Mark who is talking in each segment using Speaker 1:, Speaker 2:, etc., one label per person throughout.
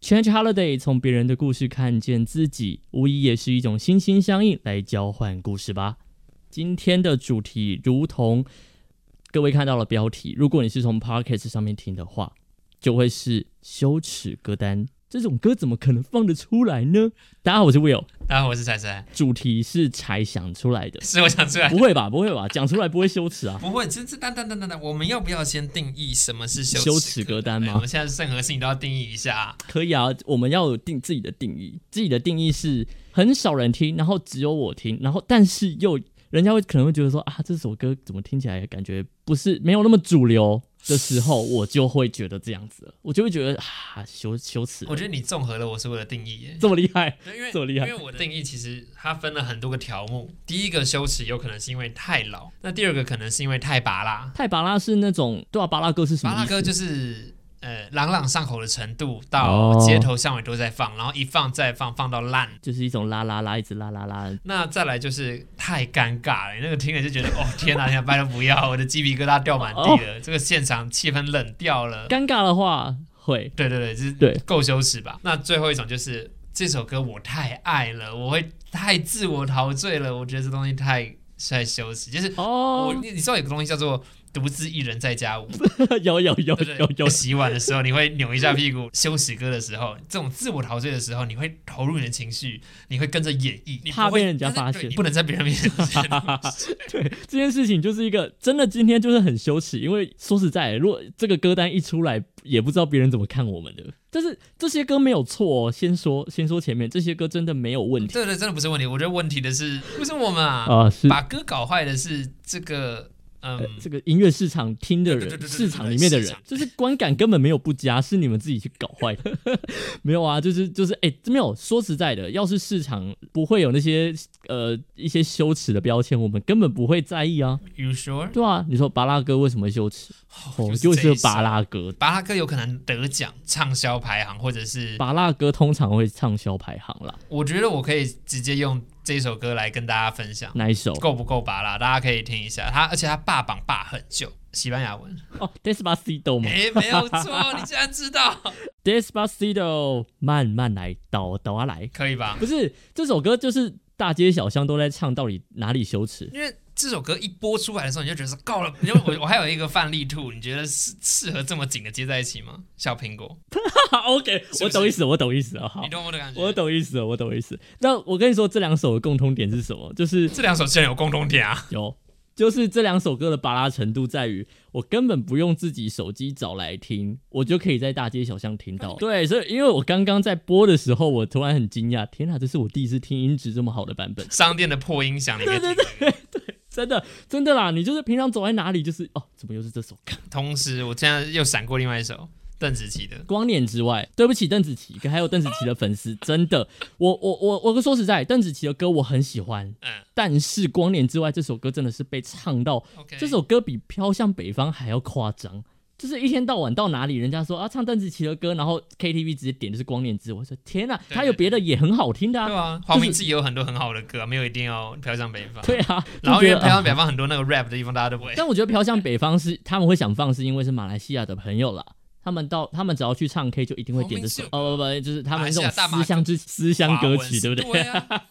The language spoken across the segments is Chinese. Speaker 1: Change Holiday 从别人的故事看见自己，无疑也是一种心心相印来交换故事吧。今天的主题，如同各位看到了标题，如果你是从 Podcast 上面听的话，就会是羞耻歌单。这种歌怎么可能放得出来呢？大家好，我是 Will，
Speaker 2: 大啊家好，我是彩彩，
Speaker 1: 主题是柴想出来的，
Speaker 2: 是我想出来
Speaker 1: 不。会吧？不会吧？讲出来不会羞耻啊？
Speaker 2: 不会，这这等等等等等，我们要不要先定义什么是
Speaker 1: 羞
Speaker 2: 羞
Speaker 1: 耻歌
Speaker 2: 歌
Speaker 1: 单吗
Speaker 2: 我们现在任何事情都要定义一下啊。
Speaker 1: 可以啊，我们要有定自己的定义，自己的定义是很少人听，然后只有我听，然后但是又人家会可能会觉得说啊，这首歌怎么听起来感觉不是没有那么主流的时候，我就会觉得这样子了，我就会觉得啊，羞羞耻了，
Speaker 2: 我觉得你综合了我所有的定义耶，
Speaker 1: 这么厉害，
Speaker 2: 对因为
Speaker 1: 这么厉害
Speaker 2: 因为我的定义其实它分了很多个条目。第一个羞耻有可能是因为太老，那第二个可能是因为太拔啦。
Speaker 1: 泰巴拉是那种对啊，巴拉歌是什
Speaker 2: 拔
Speaker 1: 么
Speaker 2: 拉
Speaker 1: 意思？
Speaker 2: 歌就是呃朗朗上口的程度，
Speaker 1: 哦
Speaker 2: 到街头巷尾都在放，然后一放再放，放到烂。
Speaker 1: 就是一种啦啦啦，一直啦啦啦，
Speaker 2: 那再来就是太尴尬了，那个听了就觉得哦天哪、天哪，拜托不要，我的鸡皮疙瘩掉满地了，
Speaker 1: 哦
Speaker 2: 这个现场气氛冷掉了。
Speaker 1: 尴尬的话会
Speaker 2: 对对对，就是
Speaker 1: 对
Speaker 2: 够羞耻吧。那最后一种就是这首歌我太爱了，我会太自我陶醉了，我觉得这东西太太羞耻。就是我
Speaker 1: 哦，
Speaker 2: 你你知道有个东西叫做独自一人 在家舞，
Speaker 1: 有有有
Speaker 2: 对不对
Speaker 1: 有有
Speaker 2: 洗碗的时候你会扭一下屁股，羞耻歌的时候，这种自我陶醉的时候，你会投入你的情绪，你会跟着演绎，你不会
Speaker 1: 怕被人家
Speaker 2: 但是
Speaker 1: 发
Speaker 2: 对
Speaker 1: 现
Speaker 2: 你不能在别人面前
Speaker 1: 对这件事情就是一个真的，今天就是很羞耻，因为说实在，如果这个歌单一出来，也不知道别人怎么看我们的。但是这些歌没有错哦，先说先说前面这些歌真的没有问题
Speaker 2: 对对，真的不是问题。我觉得问题的是不是我们啊？
Speaker 1: 啊、是、
Speaker 2: 把歌搞坏的是这个，嗯，
Speaker 1: 呃这个音乐市场听的
Speaker 2: 对对
Speaker 1: 人，
Speaker 2: 对对对
Speaker 1: 市场里面的人
Speaker 2: 市场，
Speaker 1: 就是观感根本没有不佳，是你们自己去搞坏的。没有啊，就是就是，哎、没有。说实在的，要是市场不会有那些呃一些羞耻的标签，我们根本不会在意啊。
Speaker 2: You sure？
Speaker 1: 对啊，你说巴拉歌为什么羞耻？哦，
Speaker 2: 就
Speaker 1: 就是
Speaker 2: 这
Speaker 1: 是
Speaker 2: 一首
Speaker 1: 巴拉歌，
Speaker 2: 巴拉歌有可能得奖畅销排行，或者是
Speaker 1: 巴拉歌通常会畅销排行啦，
Speaker 2: 我觉得我可以直接用这首歌来跟大家分享，
Speaker 1: 哪一首？
Speaker 2: 够不够巴拉？大家可以听一下，它而且它霸榜霸很久，西班牙文。
Speaker 1: 哦，Despacito 嘛
Speaker 2: 哎、没有错，你竟然知道，
Speaker 1: ，Despacito，慢慢来，倒倒啊来，
Speaker 2: 可以吧？
Speaker 1: 不是这首歌就是大街小巷都在唱，到底哪里羞 耻？
Speaker 2: 因为这首歌一播出来的时候，你就觉得说够了。因为我我还有一个范例兔，你觉得适适合这么紧的接在一起吗？小苹果，
Speaker 1: 哈哈，OK，啊
Speaker 2: 不是
Speaker 1: 我懂意思，我懂意思了，哦好
Speaker 2: 你，懂我的感觉？
Speaker 1: 我懂意思了，我懂意思。那我跟你说，这两首的共通点是什么？就是
Speaker 2: 这两首竟然有共同点啊！
Speaker 1: 有，就是这两首歌的拔拉程度在于，我根本不用自己手机找来听，我就可以在大街小巷听到。对，所以因为我刚刚在播的时候，我突然很惊讶，天哪，这是我第一次听音质这么好的版本。
Speaker 2: 商店的破音响里面，对对对
Speaker 1: 真的，真的啦！你就是平常走在哪里，就是哦，怎么又是这首歌？
Speaker 2: 同时，我现在又闪过另外一首邓紫棋的，
Speaker 1: 光年之外，对不起，邓紫棋，还有邓紫棋的粉丝， 真的，我我我我说实在，邓紫棋的歌我很喜欢，
Speaker 2: 嗯
Speaker 1: 但是《光年之外》这首歌真的是被唱到
Speaker 2: ，OK，
Speaker 1: 这首歌比《飘向北方》还要夸张，就是一天到晚到哪里，人家说啊唱邓紫棋的歌，然后 KTV 直接点就是《光年之我说天呐，
Speaker 2: 对
Speaker 1: 他有别的也很好听的
Speaker 2: 对
Speaker 1: 啊，
Speaker 2: 啊，黄明志也有很多很好的歌，没有一定要飘向北方。
Speaker 1: 对啊，
Speaker 2: 然后
Speaker 1: 就
Speaker 2: 因
Speaker 1: 觉
Speaker 2: 为
Speaker 1: 得
Speaker 2: 飘向
Speaker 1: 啊
Speaker 2: 北方很多那个 rap 的地方，大家都不会。
Speaker 1: 但我觉得《飘向北方是》他们会想放，是因为是马来西亚的朋友啦。他们到他们只要去唱 K 就一定会点这首，
Speaker 2: 黄
Speaker 1: 哦不不，就是他
Speaker 2: 马
Speaker 1: 们
Speaker 2: 来
Speaker 1: 这
Speaker 2: 西亚
Speaker 1: 种
Speaker 2: 大马
Speaker 1: 思乡之思乡歌曲，对不
Speaker 2: 华文是
Speaker 1: 对？
Speaker 2: 啊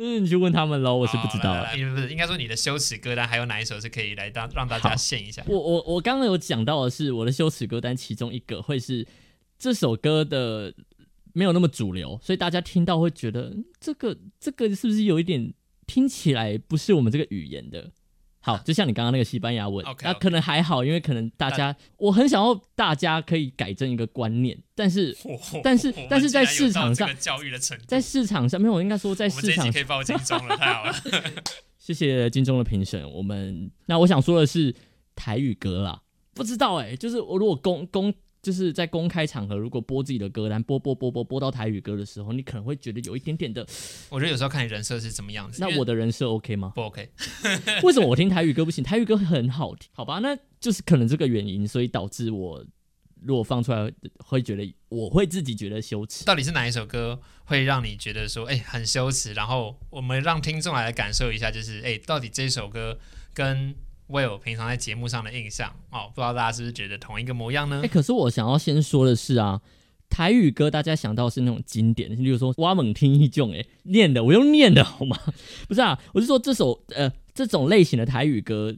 Speaker 1: 嗯，你去问他们喽，我是不知道啊
Speaker 2: 好
Speaker 1: 啦。
Speaker 2: 来来来不是，应该说你的羞耻歌单还有哪一首是可以来当让大家
Speaker 1: 好
Speaker 2: 献一下？
Speaker 1: 我我我刚刚有讲到的是我的羞耻歌单其中一个会是这首歌的没有那么主流，所以大家听到会觉得嗯这个这个是不是有一点听起来不是我们这个语言的？好，就像你刚刚那个西班牙文，
Speaker 2: OK，OK
Speaker 1: 那可能还好，因为可能
Speaker 2: 啊
Speaker 1: 大家我很想要大家可以改正一个观念，但是
Speaker 2: 嚯
Speaker 1: 但是
Speaker 2: 我们
Speaker 1: 但是在
Speaker 2: 竟然有
Speaker 1: 市场
Speaker 2: 到
Speaker 1: 上
Speaker 2: 这个教育的程度，
Speaker 1: 在市场上没有，我应该说在
Speaker 2: 我们
Speaker 1: 市
Speaker 2: 这一集
Speaker 1: 场
Speaker 2: 可以报金钟了，太好了。
Speaker 1: 谢谢金钟的评审。我们那我想说的是台语歌啦，不知道哎、就是我如果公公就是在公开场合，如果播自己的歌单，播播播播播到台语歌的时候，你可能会觉得有一点点的。
Speaker 2: 我觉得有时候看你人设是怎么样子，因
Speaker 1: 那
Speaker 2: 为
Speaker 1: 我的人设 OK 吗？
Speaker 2: 不 OK，
Speaker 1: 为什么我听台语歌不行？台语歌很好听，好吧？那就是可能这个原因，所以导致我如果放出来会觉得我会自己觉得羞耻。
Speaker 2: 到底是哪一首歌会让你觉得说，哎、很羞耻？然后我们让听众来感受一下，就是，哎、到底这首歌跟 Will 平常在 节目上的印象，哦，不知道大家是不是觉得同一个模样呢
Speaker 1: 哎、？可是我想要先说的是啊，台语歌大家想到是那种经典，例如说“挖猛听一众”，哎，念的我用念的好吗？ 不是啊，我是说这首呃这种类型的台语歌，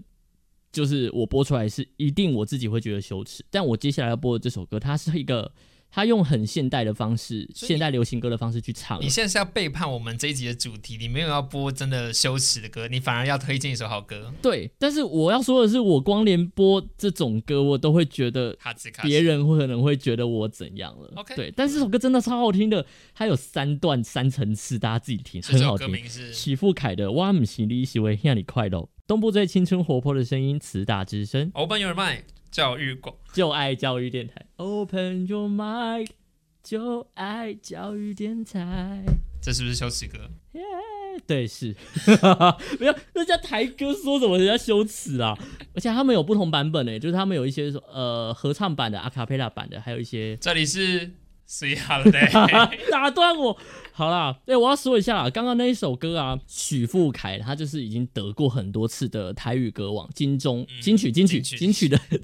Speaker 1: 就是我播出来是一定我自己会觉得羞耻，但我接下来要播的这首歌，它是一个它用很现代的方式，
Speaker 2: 所以你
Speaker 1: 现代流行歌的方式去唱
Speaker 2: 你，现在是要背叛我们这一集的主题，你没有要播真的羞耻的歌，你反而要推荐一首好歌。
Speaker 1: 对。但是我要说的是，我光连播这种歌，我都会觉得
Speaker 2: 卡兹卡兹
Speaker 1: 别人会可能会觉得我怎样了。
Speaker 2: OK
Speaker 1: 对，但是这首歌真的超好听的，它有三段三层次，大家自己听，
Speaker 2: 这
Speaker 1: 很
Speaker 2: 首
Speaker 1: 好
Speaker 2: 歌
Speaker 1: 听。
Speaker 2: 名是
Speaker 1: 许富凯的《我唔是你是为让你快乐》，东部最青春活泼的声音，慈大之声，
Speaker 2: Open Your Mind 教育广。
Speaker 1: 就爱教育电台，Open your mind，就爱教育电台。
Speaker 2: 这是不是羞耻歌？
Speaker 1: 哎对，是， 没有，那叫台歌，说什么人家羞耻啊！而且他们有不同版本诶，就是他们有一些呃合唱版的、阿卡贝拉版的，还有一些
Speaker 2: 这里是 Sweet Holiday，
Speaker 1: 打断我，好啦，哎、我要说一下啦，刚刚那一首歌啊，许富凯他就是已经得过很多次的台语歌王，金钟
Speaker 2: 嗯
Speaker 1: 金曲金曲金
Speaker 2: 金曲
Speaker 1: 曲的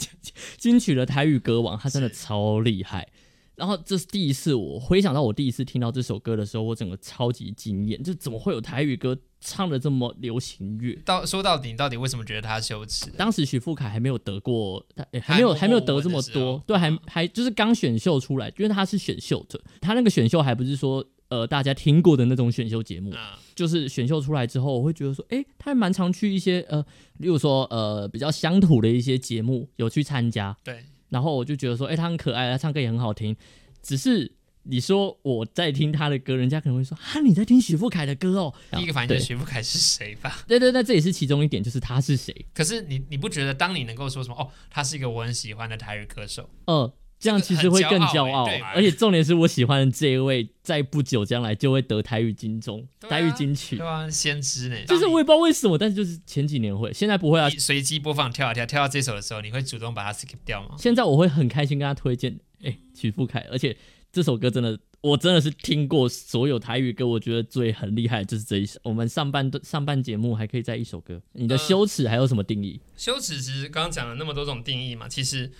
Speaker 1: 金曲的台语歌王，他真的
Speaker 2: 是
Speaker 1: 超厉害。然后这是第一次我回想到我第一次听到这首歌的时候，我整个超级惊艳，就怎么会有台语歌唱的这么流行乐？
Speaker 2: 到说到底，你到底为什么觉得他羞耻？
Speaker 1: 当时许富凯还没有得过，他、诶还没有
Speaker 2: 还
Speaker 1: 还没有得这么
Speaker 2: 默默无闻的时
Speaker 1: 多
Speaker 2: 候，嗯
Speaker 1: 对，还还就是刚选秀出来，因为他是选秀者，他那个选秀还不是说呃大家听过的那种选秀节目，
Speaker 2: 啊，
Speaker 1: 就是选秀出来之后，我会觉得说，诶，他还蛮常去一些呃，例如说呃比较乡土的一些节目有去参加，
Speaker 2: 对，
Speaker 1: 然后我就觉得说，诶，他很可爱，他唱歌也很好听，只是。你说我在听他的歌，人家可能会说啊，你在听许富凯的歌哦。
Speaker 2: 第一个反应就是
Speaker 1: 对
Speaker 2: 徐富凯是谁吧？
Speaker 1: 对对对，这也是其中一点，就是他是谁。
Speaker 2: 可是你你不觉得，当你能够说什么哦，他是一个我很喜欢的台语歌手，
Speaker 1: 呃，这样其实会更骄傲，
Speaker 2: 这个很骄傲欸对
Speaker 1: 而且重点是我喜欢的这一位，在不久将来就会得台语金钟、
Speaker 2: 对啊
Speaker 1: 台语金曲
Speaker 2: 对。吧？先知呢，
Speaker 1: 就是
Speaker 2: 当你
Speaker 1: 我也不知道为什么，但是就是前几年会，现在不会啊。
Speaker 2: 你随机播放跳啊跳，跳到这首的时候，你会主动把它 skip 掉吗？
Speaker 1: 现在我会很开心跟他推荐，哎、曲富凯，而且这首歌真的，我真的是听过所有台语歌，我觉得最很厉害的就是这一首。我们上半段上半节目还可以再一首歌，你的
Speaker 2: 呃
Speaker 1: 羞耻还有什么定义？
Speaker 2: 羞耻其实刚刚讲了那么多种定义嘛，其实，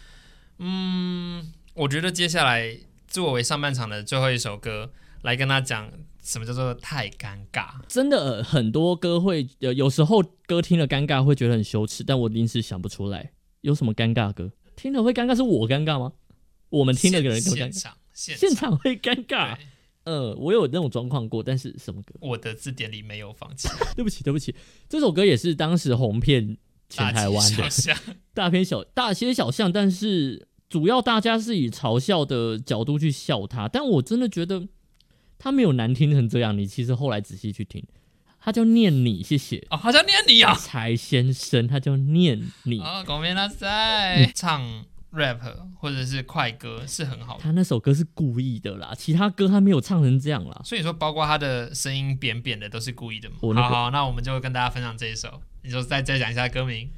Speaker 2: 嗯，我觉得接下来作为上半场的最后一首歌，来跟他讲什么叫做太尴尬。
Speaker 1: 真的、呃很多歌会，有有时候歌听了尴尬会觉得很羞耻，但我临时想不出来有什么尴尬歌。听了会尴尬，是我尴尬吗？我们听了个人更
Speaker 2: 现
Speaker 1: 尴尬，
Speaker 2: 场，现
Speaker 1: 现场会尴尬。
Speaker 2: 对
Speaker 1: 呃，我有那种状况过，但是什么歌？
Speaker 2: 我的字典里没有放弃。
Speaker 1: 对不起，对不起，这首歌也是当时红遍全台湾的
Speaker 2: 大街小巷
Speaker 1: 大片小大街小巷，但是主要大家是以嘲笑的角度去笑它，但我真的觉得它没有难听成这样。你其实后来仔细去听，它叫念你，谢谢。
Speaker 2: 哦，好像念你啊。
Speaker 1: 柴先生，他就念你。
Speaker 2: 哦，狗面大
Speaker 1: 嗯
Speaker 2: 赛唱 rap 或者是快歌是很好的，
Speaker 1: 他那首歌是故意的啦，其他歌他没有唱成这样啦。
Speaker 2: 所以说包括他的声音扁扁的都是故意的嘛。
Speaker 1: 哦我那
Speaker 2: 好
Speaker 1: 个
Speaker 2: 好，那我们就跟大家分享这一首，你就再再讲一下歌名。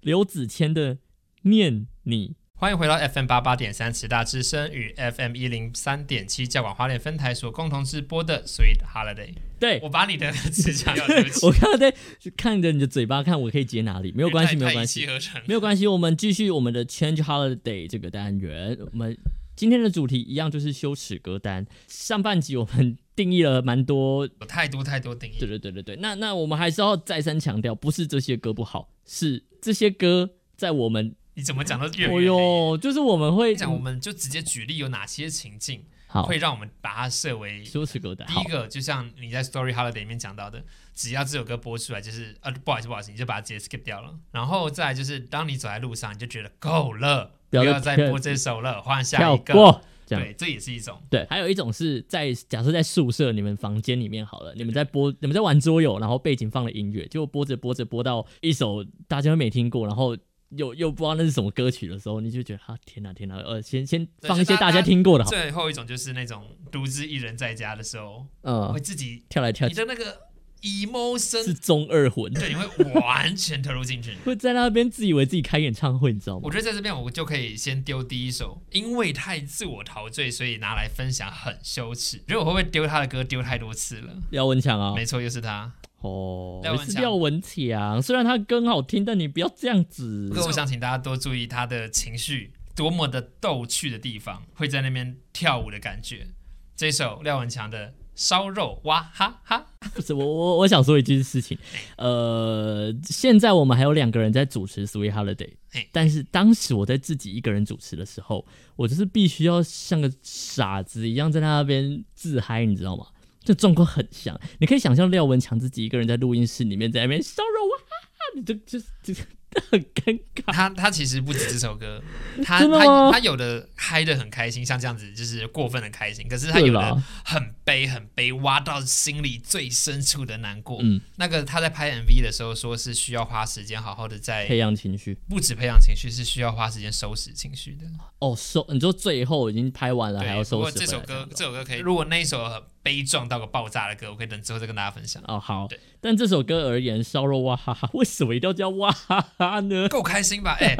Speaker 1: 刘子谦的《念你
Speaker 2: 欢迎回到 FM 八八点三十大之声与 FM 一零三点七教管花莲分台所共同直播的 Sweet Holiday。》，
Speaker 1: 对
Speaker 2: 我把你的词讲掉，对不起，
Speaker 1: 我刚刚在看着你的嘴巴，看我可以接哪 里，没
Speaker 2: 没
Speaker 1: 有关系，没有关系。
Speaker 2: 合成。
Speaker 1: 没有关系，我们继续我们的 Change Holiday 这个单元。我们今天的主题一样就是羞耻歌单。上半集我们定义了蛮多，
Speaker 2: 有太多太多定
Speaker 1: 对
Speaker 2: 义，
Speaker 1: 对对对对。那那我们还是要再三强调，不是这些歌不好，是这些歌在我们，
Speaker 2: 你怎么讲都越
Speaker 1: 哦
Speaker 2: 来越黑。
Speaker 1: 哟，就是我们会
Speaker 2: 讲我们就直接举例有哪些情境
Speaker 1: 好
Speaker 2: 会让我们把它设为
Speaker 1: 羞耻歌单，
Speaker 2: 第
Speaker 1: 好
Speaker 2: 一个，就像你在 Story Holiday 里面讲到的，只要这首歌播出来，就是啊，不好意思，不好意思，你就把它直接 skip 掉了。然后再来就是，当你走在路上，你就觉得够了，
Speaker 1: 不
Speaker 2: 不
Speaker 1: 要再
Speaker 2: 要再播这首了，换下
Speaker 1: 跳
Speaker 2: 一个。
Speaker 1: 过。这样
Speaker 2: 对，这也是一种。
Speaker 1: 对，还有一种是在假设在宿舍你们房间里面好了，你们在播你们在玩桌游，然后背景放了音乐，就播着播着播到一首大家都没听过，然后又又不知道那是什么歌曲的时候，你就觉得啊天哪天哪，呃先先
Speaker 2: 对
Speaker 1: 放
Speaker 2: 就
Speaker 1: 一些
Speaker 2: 大
Speaker 1: 大家
Speaker 2: 家
Speaker 1: 听过的好，
Speaker 2: 最后一种就是那种独自一人在家的时候，
Speaker 1: 嗯
Speaker 2: 会，自己
Speaker 1: 跳来跳
Speaker 2: 你
Speaker 1: 去
Speaker 2: 的那个 emotion，
Speaker 1: 是中二魂，
Speaker 2: 对，你会完全投入 进去。
Speaker 1: 会在那边自以为自己开演唱会，你知道吗
Speaker 2: 我？觉得在这边我就可以先丢第一首，因为太自我陶醉，所以拿来分享很羞耻。觉得我会不会丢他的歌丢太多次了？
Speaker 1: 廖文强啊，
Speaker 2: 没错，又是他。
Speaker 1: 哦，
Speaker 2: 廖文
Speaker 1: 是
Speaker 2: 强
Speaker 1: 廖文强，虽然他歌很好听，但你不要这样子
Speaker 2: 可。是我想请大家多注意他的情绪，多么的逗趣的地方，会在那边跳舞的感觉。这首廖文强的《烧肉》，哇哈哈，
Speaker 1: 不是我我我想说一件事情，呃，现在我们还有两个人在主持《Sweet Holiday
Speaker 2: 嘿》，
Speaker 1: 但是当时我在自己一个人主持的时候，我就是必须要像个傻子一样在那边自嗨，你知道吗？这状况很像，你可以想象廖文强自己一个人在录音室里面在那边烧肉哇哈哈，你就就就很尴尬。
Speaker 2: 他他其实不止这首歌，他
Speaker 1: 真的吗
Speaker 2: 他他有的嗨的很开心，像这样子就是过分的开心，可是他
Speaker 1: 对
Speaker 2: 有
Speaker 1: 啦
Speaker 2: 的很悲很悲，挖到心里最深处的难过。
Speaker 1: 嗯，
Speaker 2: 那个他在拍 MV 的时候说是需要花时间好好的在
Speaker 1: 培养情绪
Speaker 2: 不止培养情绪，是需要花时间收拾情绪的。
Speaker 1: 哦，收你说最后已经拍完了，
Speaker 2: 对，
Speaker 1: 还要
Speaker 2: 不
Speaker 1: 收
Speaker 2: 过
Speaker 1: 拾回来
Speaker 2: 这
Speaker 1: 这
Speaker 2: 首
Speaker 1: 样子。
Speaker 2: 歌，这首歌可以。如果那一首很悲壮到个爆炸的歌，我可以等之后再跟大家分享。
Speaker 1: 哦，好
Speaker 2: 对。
Speaker 1: 但这首歌而言，烧肉哇哈哈， 为什么一定要叫哇哈哈呢？
Speaker 2: 够开心吧？哎、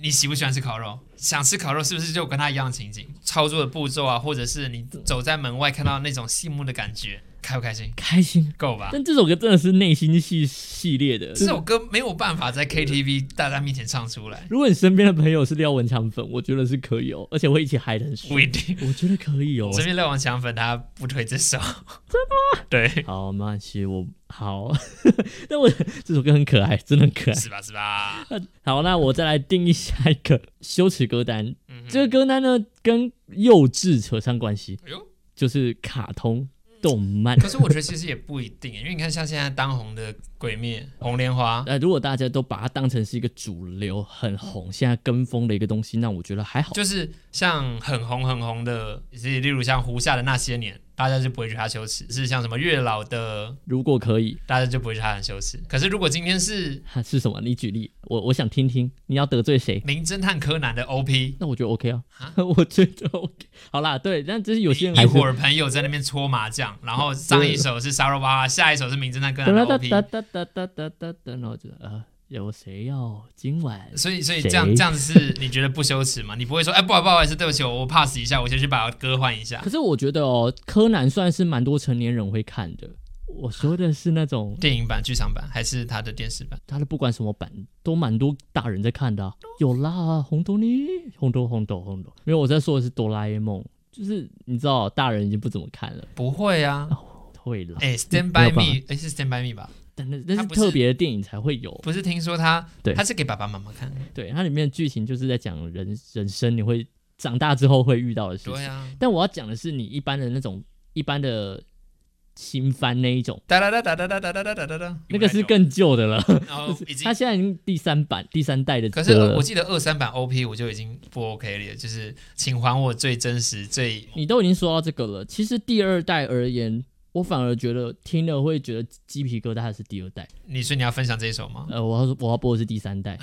Speaker 2: 你喜不喜欢吃烤肉？想吃烤肉是不是就跟他一样的情景？操作的步骤啊，或者是你走在门外看到那种羡慕的感觉，开不开心？
Speaker 1: 开心。
Speaker 2: 够吧？
Speaker 1: 但这首歌真的是内心系系列的。
Speaker 2: 这首歌没有办法在 KTV 大家面前唱出来，
Speaker 1: 如果你身边的朋友是廖文强粉，我觉得是可以哦，而且会一起嗨的很爽
Speaker 2: 不。一定。
Speaker 1: 我觉得可以哦
Speaker 2: 我。身边廖王强粉他不推这 首，真的吗？对，
Speaker 1: 好，没关系，我好。 但我这首歌很可爱，真的很可爱。
Speaker 2: 是吧？是吧？
Speaker 1: 好，那我再来定义下一个羞耻歌单。
Speaker 2: 嗯哼，
Speaker 1: 这个歌单呢，跟幼稚扯上关系，
Speaker 2: 哎呦，
Speaker 1: 就是卡通动漫。
Speaker 2: 可是我觉得其实也不一定，因为你看像现在当红的《鬼灭》《红莲华》，
Speaker 1: 呃，如果大家都把它当成是一个主流、很红、现在跟风的一个东西，那我觉得还好。
Speaker 2: 就是像很红很红的，例例如像胡夏的那些年，大家就不会觉得他羞耻；是像什么月老的，
Speaker 1: 如果可以，
Speaker 2: 大家就不会觉得他很羞耻。可是如果今天是
Speaker 1: 哈是什么？你举例，我我想听听你要得罪谁？
Speaker 2: 名侦探柯南的 OP，
Speaker 1: 那我觉得 OK 啊
Speaker 2: 啊，
Speaker 1: 我觉得 OK。好啦，对，但就是有些人
Speaker 2: 一
Speaker 1: 还是
Speaker 2: 伙儿朋友在那边搓麻将，然后上一首是沙罗巴哈，下一首是名侦探柯南的
Speaker 1: 啊
Speaker 2: OP，
Speaker 1: 哒哒哒哒哒哒，然后就呃，有谁要今晚？
Speaker 2: 所以所以
Speaker 1: 谁
Speaker 2: 这样这样子是你觉得不羞耻吗？你不会说哎不好不好意思，对不起，我我 pass 一下，我先去把歌换一下
Speaker 1: 可。是我觉得哦，柯南算是蛮多成年人会看的。我说的是那种
Speaker 2: 电影版、剧场版还是他的电视版？
Speaker 1: 他的不管什么版都蛮多大人在看的啊、有啦，红豆呢，红豆红豆红豆，没有我在说的是哆啦 A 梦，就是你知道大人已经不怎么看了，
Speaker 2: 不会啊，
Speaker 1: 会啦，
Speaker 2: 哎
Speaker 1: 没
Speaker 2: ，Stand
Speaker 1: 有办
Speaker 2: by
Speaker 1: 法
Speaker 2: me，哎是 Stand by me 吧？
Speaker 1: 但那那
Speaker 2: 它
Speaker 1: 是
Speaker 2: 不是
Speaker 1: 特别的电影才会有，
Speaker 2: 不是听说他，
Speaker 1: 对
Speaker 2: 他是给爸爸妈妈看的。
Speaker 1: 对，它里面的剧情就是在讲人人生，你会长大之后会遇到的事
Speaker 2: 对
Speaker 1: 情。
Speaker 2: 啊，
Speaker 1: 但我要讲的是你一般的那种一般的新番那一种，
Speaker 2: 哒哒哒哒哒哒哒哒哒哒哒，
Speaker 1: 那个是更旧的了，
Speaker 2: 然后哦已经
Speaker 1: 它。现在已经第三版第三代的
Speaker 2: 可是
Speaker 1: 歌了
Speaker 2: 我。记得二三版 OP 我就已经不 OK 了，就是请还我最真实最
Speaker 1: 你都已经说到这个了，其实第二代而言，我反而觉得听了会觉得鸡皮疙瘩的是第二代。
Speaker 2: 你说你要分享这一首 吗？
Speaker 1: 呃，我要说我要播的是第三代，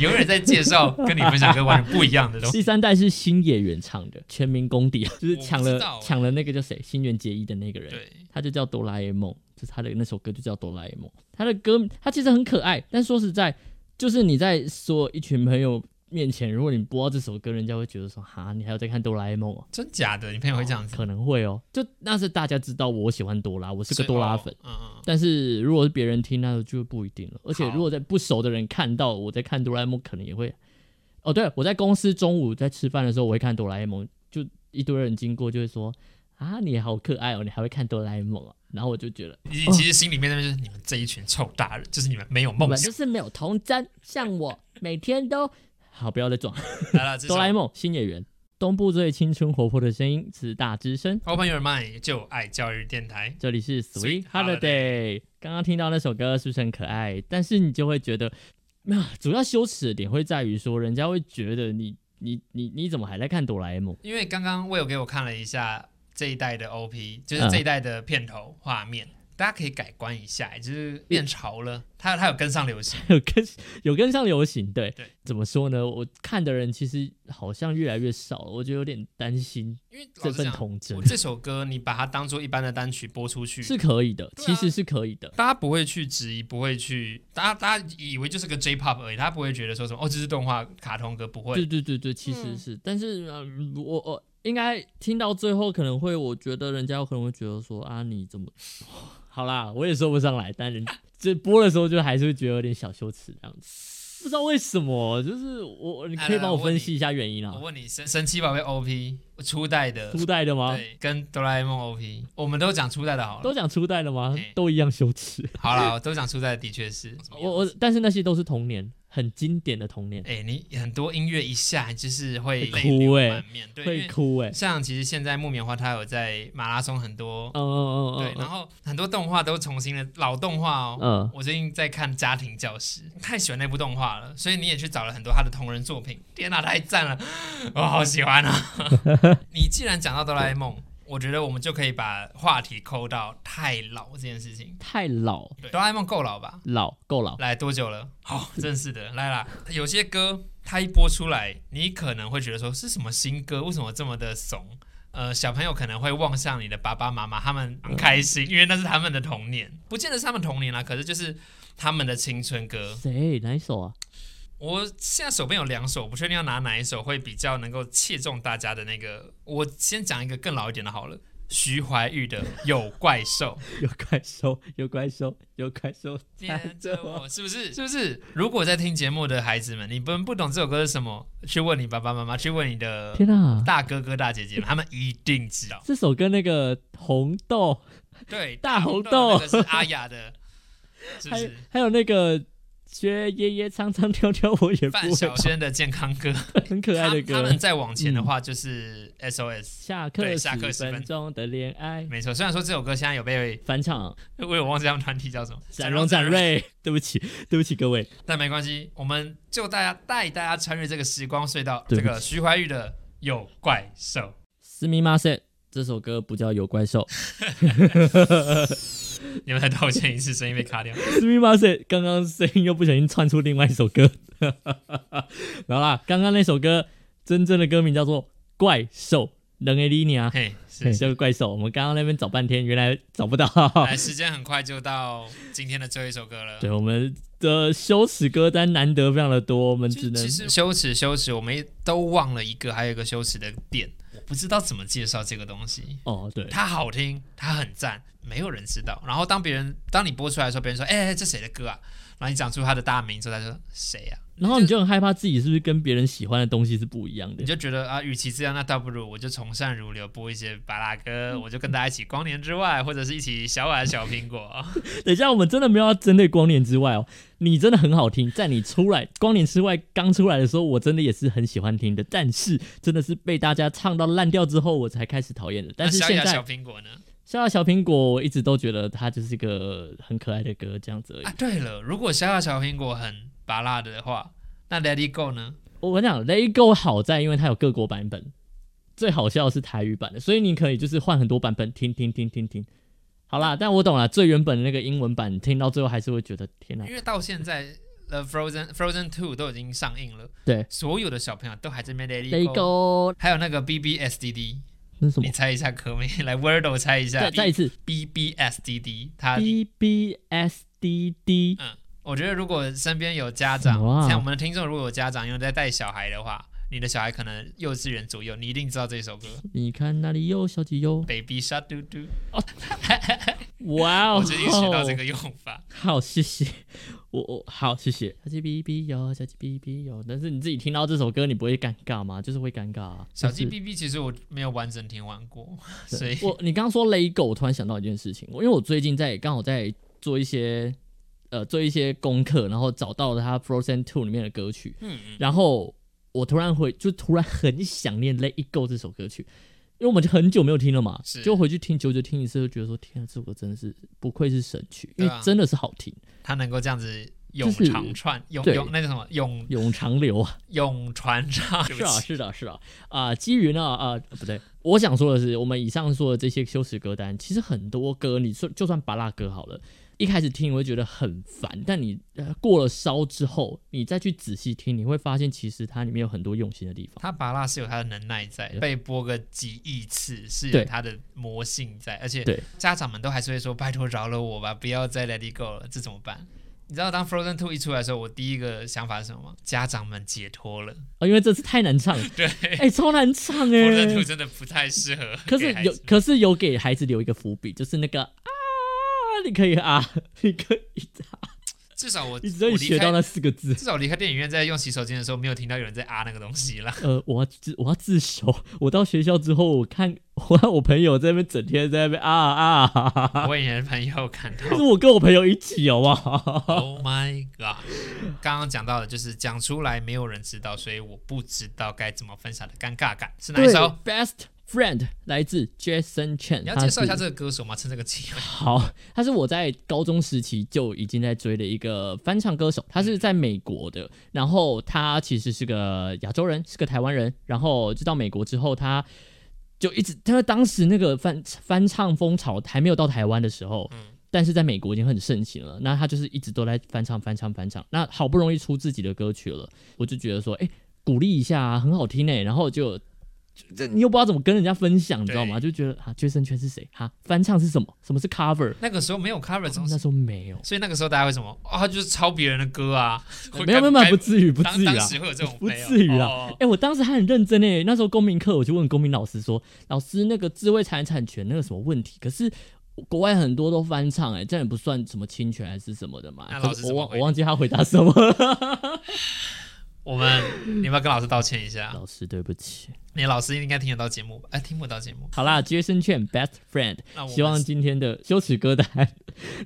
Speaker 2: 永远在介绍跟你分享歌完全不一样 的东西。
Speaker 1: 第三代是星野原唱的《全民公敌》， 就是抢
Speaker 2: 我
Speaker 1: 了
Speaker 2: 不知道欸
Speaker 1: 抢了那个叫谁新垣结衣的那个人，
Speaker 2: 对，
Speaker 1: 他就叫哆啦 A 梦，就是他的那首歌就叫哆啦 A 梦。他的歌他其实很可爱，但说实在，就是你在所有一群朋友面前，如果你播到这首歌，人家会觉得说哈，你还有在看哆啦 A 梦哦。
Speaker 2: 真假的，你朋友会这样子？
Speaker 1: 可能会哦，就那是大家知道我喜欢哆啦，我是个
Speaker 2: 所以
Speaker 1: 哆啦粉，。
Speaker 2: 哦嗯嗯，
Speaker 1: 但是如果是别人听，那就不一定了。而且
Speaker 2: 好
Speaker 1: 如果在不熟的人看到我在看哆啦 A 梦，可能也会。哦，对，我在公司中午在吃饭的时候，我会看哆啦 A 梦，就一堆人经过就会说啊，你好可爱哦，你还会看哆啦 A 梦哦。然后我就觉得，
Speaker 2: 你其实心里面那边就是你们这一群臭大人，就是你们没有
Speaker 1: 我
Speaker 2: 梦
Speaker 1: 们
Speaker 2: 想
Speaker 1: 就。是没有童真，像我每天都好，不要再装。
Speaker 2: 来了，这首
Speaker 1: 哆啦 A 梦新演员，东部最青春活泼的声音，自大之声。
Speaker 2: Open Your Mind 就爱教育电台。
Speaker 1: 这里是
Speaker 2: Sweet
Speaker 1: Sweet Holiday。刚刚听到那首歌是不是很可爱？但是你就会觉得，那、主要羞耻的点会在于说，人家会觉得你你你你怎么还在看哆啦 A 梦？
Speaker 2: 因为刚刚我有给我看了一下这一代的 OP，就是
Speaker 1: 嗯
Speaker 2: 这一代的片头画面，大家可以改观一下，就是变潮了，它它有跟上流行，
Speaker 1: 有跟有跟上流行，对
Speaker 2: 对
Speaker 1: 怎么说呢？我看的人其实好像越来越少了，我觉得有点担心
Speaker 2: 因为老
Speaker 1: 这
Speaker 2: 实
Speaker 1: 份
Speaker 2: 讲，
Speaker 1: 童真
Speaker 2: 我这首歌你把它当做一般的单曲播出去，
Speaker 1: 是可以的，
Speaker 2: 对啊
Speaker 1: 其实是可以的。
Speaker 2: 大家不会去质疑，不会去，大家大家以为就是个 J-pop 而已，他不会觉得说什么哦，这是动画卡通歌，不
Speaker 1: 对
Speaker 2: 会。
Speaker 1: 对对对，其实是，但是、呃、我我应该听到最后可能会，我觉得人家可能会觉得说啊，你怎么 好啦，我也说不上来，但人这播的时候就还是会觉得有点小羞耻这样子。不知道为什么，就是我，你可以帮我分析一下原因
Speaker 2: 哎我
Speaker 1: 啊？
Speaker 2: 问你，神神奇宝贝 OP 初代的，
Speaker 1: 初代的吗？
Speaker 2: 对，跟哆啦 A 梦 OP，我们都讲初代的好了
Speaker 1: 啊都。讲初代的吗
Speaker 2: 嘿？
Speaker 1: 都一样羞耻。
Speaker 2: 好了，都讲初代的，的确是。
Speaker 1: 我我，但是那些都是童年，很经典的童年，
Speaker 2: 哎、你很多音乐一下就是会
Speaker 1: 会
Speaker 2: 泪
Speaker 1: 哭
Speaker 2: 流
Speaker 1: 欸
Speaker 2: 满面，对，因
Speaker 1: 会
Speaker 2: 为
Speaker 1: 哭哎、
Speaker 2: 像其实现在木棉花它有在马拉松很多，
Speaker 1: 嗯嗯
Speaker 2: 对
Speaker 1: 嗯，
Speaker 2: 然
Speaker 1: 嗯
Speaker 2: 后很多动画都重新的老动画哦。
Speaker 1: 嗯，
Speaker 2: 我最近在看《家庭教师》，太喜欢那部动画了，所以你也去找了很多他的同人作品。天哪、太赞了，我好喜欢啊！ 你既然讲到哆啦 A 梦，我觉得我们就可以把话题抠到太老这件事情。
Speaker 1: 太老
Speaker 2: 对哆啦 A 梦够老吧？
Speaker 1: 老够老，
Speaker 2: 来多久了？好、真是的，来啦！有些歌它一播出来，你可能会觉得说是什么新歌，为什么这么的怂？呃，小朋友可能会望向你的爸爸妈妈，他们很开心，因为那是他们的童年，不见得是他们童年啦，可是就是他们的青春歌。
Speaker 1: 谁哪一首啊？
Speaker 2: 我现在手边有两首，不确定要拿哪一首会比较能够切中大家的那个。我先讲一个更老一点的好了，徐怀钰的《有怪兽》。
Speaker 1: 有怪兽，有怪兽，有怪兽在
Speaker 2: 牵着
Speaker 1: 这我。
Speaker 2: 我，是不是？是不是？如果在听节目的孩子们，你们不懂这首歌是什么，去问你爸爸妈妈，去问你的
Speaker 1: 天啊，
Speaker 2: 大哥哥大姐姐们，他们一定知 道。
Speaker 1: 这首跟那个红豆，
Speaker 2: 对，
Speaker 1: 大红
Speaker 2: 豆
Speaker 1: 豆
Speaker 2: 那个是阿 雅的，是不
Speaker 1: 还有
Speaker 2: 是？
Speaker 1: 还有那个学爷爷唱唱跳跳，我也不
Speaker 2: 范
Speaker 1: 会
Speaker 2: 晓萱的健康 歌，
Speaker 1: 很可爱的
Speaker 2: 他他
Speaker 1: 歌嗯
Speaker 2: 们。再往前的话就是 SOS，
Speaker 1: 下课
Speaker 2: 对下课
Speaker 1: 十
Speaker 2: 十分
Speaker 1: 分钟的恋爱
Speaker 2: 没错。虽然说这首歌现在有被，
Speaker 1: 返 场，
Speaker 2: 我有忘记他们团体叫什么，
Speaker 1: 展荣展，瑞， 对不起，对不起各位，
Speaker 2: 但没关系，我们就大家带大家穿越这个时光隧道，
Speaker 1: 对
Speaker 2: 这
Speaker 1: 不起
Speaker 2: 个徐怀钰的《有怪兽》。
Speaker 1: 斯密马塞这首歌不叫有怪兽，
Speaker 2: 你们再道歉一次，声音被卡掉。
Speaker 1: 斯密马塞刚刚声音又不小心窜出另外一首歌， 然后啦，刚刚那首歌真正的歌名叫做《怪兽》，能 A 利尼啊，
Speaker 2: 嘿，是。
Speaker 1: 这个怪兽，我们刚刚那边找半天，原来找 不到。
Speaker 2: 来，时间很快就到今天的最后一首歌了。
Speaker 1: 哦对，我们的羞耻歌单难得非常的多，我们
Speaker 2: 就
Speaker 1: 只能
Speaker 2: 其实羞耻，羞耻，我们都忘了一个，还有一个羞耻的点，我不知道怎么介绍这个东西。
Speaker 1: 哦，对，
Speaker 2: 它好听，它很赞，没有人知道。然后当别人当你播出来的时候，别人说：“哎、哎这谁的歌啊？”然后你讲出他的大名之后，他说：“谁呀、啊
Speaker 1: 然后你就很害怕自己是不是跟别人喜欢的东西是不一样？”的
Speaker 2: 你。就觉得啊，与其这样，那倒不如我就从善如流，播一些巴拉歌，我就跟大家一起光年之外，或者是一起小碗小苹果。
Speaker 1: 等一下，我们真的没有要针对光年之外哦，你真的很好听，在你出来光年之外刚出来的时候，我真的也是很喜欢听的，但是真的是被大家唱到烂掉之后，我才开始讨厌的。但是啊
Speaker 2: 那小
Speaker 1: 现
Speaker 2: 雅小
Speaker 1: 在
Speaker 2: 苹果呢？
Speaker 1: 笑笑小苹果，我一直都觉得它就是一个很可爱的歌，这样子而已。
Speaker 2: 啊，对了，如果小小小苹果很拔辣的话，那 Let It Go 呢？
Speaker 1: 我跟你讲，Let It Go 好在因为它有各国版本，最好笑的是台语版的，所以你可以就是换很多版本听听听听听。好啦，但我懂了，最原本的那个英文版听到最后还是会觉得天哪、
Speaker 2: 因为到现在呃 Frozen Frozen Two 都已经上映了，
Speaker 1: 对，
Speaker 2: 所有的小朋友都还在那边
Speaker 1: l e
Speaker 2: Let
Speaker 1: t
Speaker 2: It
Speaker 1: It
Speaker 2: Go，
Speaker 1: Go
Speaker 2: 还有那个 BBSDD，
Speaker 1: 那是什么
Speaker 2: 你？猜一下可没？ 来 Wordle 猜一下
Speaker 1: 再再一次
Speaker 2: BBSDD，它。
Speaker 1: B B S D D
Speaker 2: 嗯，我觉得如果身边有家长
Speaker 1: 什么，啊
Speaker 2: 像我们的听众，如果有家长有在带小孩的话，你的小孩可能幼稚园左右，你一定知道这首歌
Speaker 1: 你看那里有小鸡哟，
Speaker 2: Baby Shark Do Do。
Speaker 1: 哇哦，
Speaker 2: 我最近学到这个用法，
Speaker 1: 好，谢谢， 我我好，谢谢。小鸡哔哔哟，小鸡哔哔哟，但是你自己听到这首歌，你不会尴尬吗？就是会尴尬、啊。
Speaker 2: 小鸡
Speaker 1: 就是
Speaker 2: B B 其实我没有完整听完 过，
Speaker 1: 对
Speaker 2: 所以
Speaker 1: 我你刚刚说勒狗，我突然想到一件事情，我因为我最近在刚好在做一些呃做一些功课，然后找到了他 Frozen Two 里面的歌曲，
Speaker 2: 嗯嗯
Speaker 1: 然后我突然回就突然很想念 Let It Go 这首歌曲，因为我们就很久没有听了嘛
Speaker 2: 是，
Speaker 1: 就回去听久久听一次，就觉得说天啊，这首歌真的是不愧是神曲，
Speaker 2: 对
Speaker 1: 因
Speaker 2: 啊
Speaker 1: 为真的是好听，
Speaker 2: 它能够这样子咏
Speaker 1: 就是
Speaker 2: 长串，咏
Speaker 1: 对
Speaker 2: 咏那个什么咏
Speaker 1: 永长流啊。
Speaker 2: 咏传唱，对
Speaker 1: 是
Speaker 2: 不
Speaker 1: 啊，
Speaker 2: 起，
Speaker 1: 是的，是的，啊、基于呢，啊、不对，我想说的是，我们以上说的这些羞耻歌单，其实很多歌，你说就算巴拉歌好了，一开始听你会觉得很烦，但你、呃、过了烧之后，你再去仔细听，你会发现其实它里面有很多用心的地方。
Speaker 2: 他拔蜡是有他的能耐在，
Speaker 1: 对
Speaker 2: 被播个几亿次是有
Speaker 1: 对
Speaker 2: 他的魔性在，而且
Speaker 1: 对
Speaker 2: 家长们都还是会说拜托饶了我吧，不要再 Let It Go 了，这怎么办？你知道当 Frozen Two 一出来的时候，我第一个想法是什么吗？家长们解 脱了
Speaker 1: 哦，因为这次太难唱了，
Speaker 2: 对
Speaker 1: 哎、超难唱 哎、
Speaker 2: ，Frozen Two 真的不太适合
Speaker 1: 可
Speaker 2: 给
Speaker 1: 是
Speaker 2: 孩
Speaker 1: 有
Speaker 2: 子，
Speaker 1: 可是有给孩子留一个伏笔，就是那个啊，你可以啊，你可以啊，
Speaker 2: 至少我
Speaker 1: 一直在
Speaker 2: 我离
Speaker 1: 学到
Speaker 2: 开，
Speaker 1: 那四个字。
Speaker 2: 至少离开电影院在用洗手间的时候，没有听到有人在啊那个东西啦。
Speaker 1: 呃，我要自我要自首。我到学校之后，我看我看我朋友在那边整天在那边啊啊哈哈哈，
Speaker 2: 我以前的朋友看到
Speaker 1: 可是我跟我朋友一起，好不好？
Speaker 2: ，Oh my god！刚刚讲到的就是讲出来没有人知道，所以我不知道该怎么分享的尴尬感是哪一首？
Speaker 1: ，Best Friend 来自 Jason Chen，
Speaker 2: 你要
Speaker 1: 他
Speaker 2: 介绍一下
Speaker 1: 是
Speaker 2: 这个歌手吗？趁这个机会，
Speaker 1: 好，他是我在高中时期就已经在追的一个翻唱歌手，他是在美国的，然后他其实是个亚洲人，是个台湾人，然后就到美国之后，他就一直，他当时那个翻翻唱风潮还没有到台湾的时候，但是在美国已经很盛行了，那他就是一直都在翻唱、翻唱、翻唱，那好不容易出自己的歌曲了，我就觉得说，哎、鼓励一下、啊，很好听哎、然后就。这你又不知道怎么跟人家分享，你知道吗？就觉得啊，爵士圈是谁？哈，翻唱是什么？什么是 cover？
Speaker 2: 那个时候没有 cover 这种
Speaker 1: 那时候没有，
Speaker 2: 所以那个时候大家会什么啊、就是抄别人的歌啊？会
Speaker 1: 没有没有没
Speaker 2: 该
Speaker 1: 有，不至于不
Speaker 2: 当
Speaker 1: 至于
Speaker 2: 当
Speaker 1: 啊。
Speaker 2: 时会有这种
Speaker 1: 不
Speaker 2: 没有
Speaker 1: 至于啊
Speaker 2: 哦
Speaker 1: 哎、我当时还很认真诶，那时候公民课我就问公民老师说，老师那个智慧财产权那个什么问题？可是国外很多都翻唱诶，这样也不算什么侵权还是什么的嘛。
Speaker 2: 那
Speaker 1: 可
Speaker 2: 老
Speaker 1: 是我
Speaker 2: 师怎么
Speaker 1: 忘
Speaker 2: 回
Speaker 1: 我忘记他回答什么 了。
Speaker 2: 我们你要不要跟老师道歉一下？
Speaker 1: 老师对不起。
Speaker 2: 你老师应该听得到节目吧，哎，听不到节目。
Speaker 1: 好啦，Jason Chen Best Friend，
Speaker 2: 那我们
Speaker 1: 希望今天的羞耻歌单，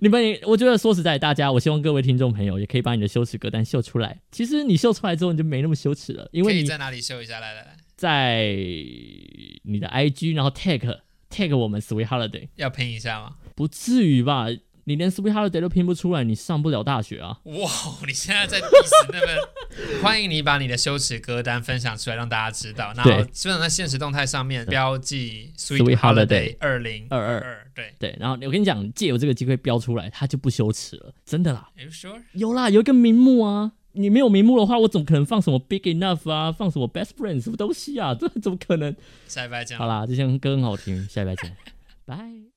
Speaker 1: 你们也我觉得说实在，大家我希望各位听众朋友也可以把你的羞耻歌单秀出来。其实你秀出来之后，你就没那么羞耻了，因
Speaker 2: 可
Speaker 1: 为
Speaker 2: 以
Speaker 1: 你
Speaker 2: 在哪里秀一下？来来来，
Speaker 1: 在你的 IG，然后 tag tag 我们 Sweet Holiday，
Speaker 2: 要拼一下吗？
Speaker 1: 不至于吧？你连 Sweet Holiday 都拼不出来，你上不了大学啊！
Speaker 2: 哇，你现在在 diss 那个？欢迎你把你的羞耻歌单分享出来，让大家知道。然后
Speaker 1: 对
Speaker 2: 基本上在现实动态上面标记
Speaker 1: Sweet
Speaker 2: Sweet
Speaker 1: Holiday
Speaker 2: Holiday 二零
Speaker 1: 二二
Speaker 2: 二，对
Speaker 1: 对，然后我跟你讲，借由这个机会标出来，他就不羞耻了，真的啦，
Speaker 2: ，Are you sure？
Speaker 1: 有啦，有一个名目啊。你没有名目的话，我怎么可能放什么 Big Enough 啊，放什么 Best Friend 什么东西啊？这怎么可能？
Speaker 2: 下一拜 见
Speaker 1: 好。啦，这些歌很好听，下礼拜见，拜。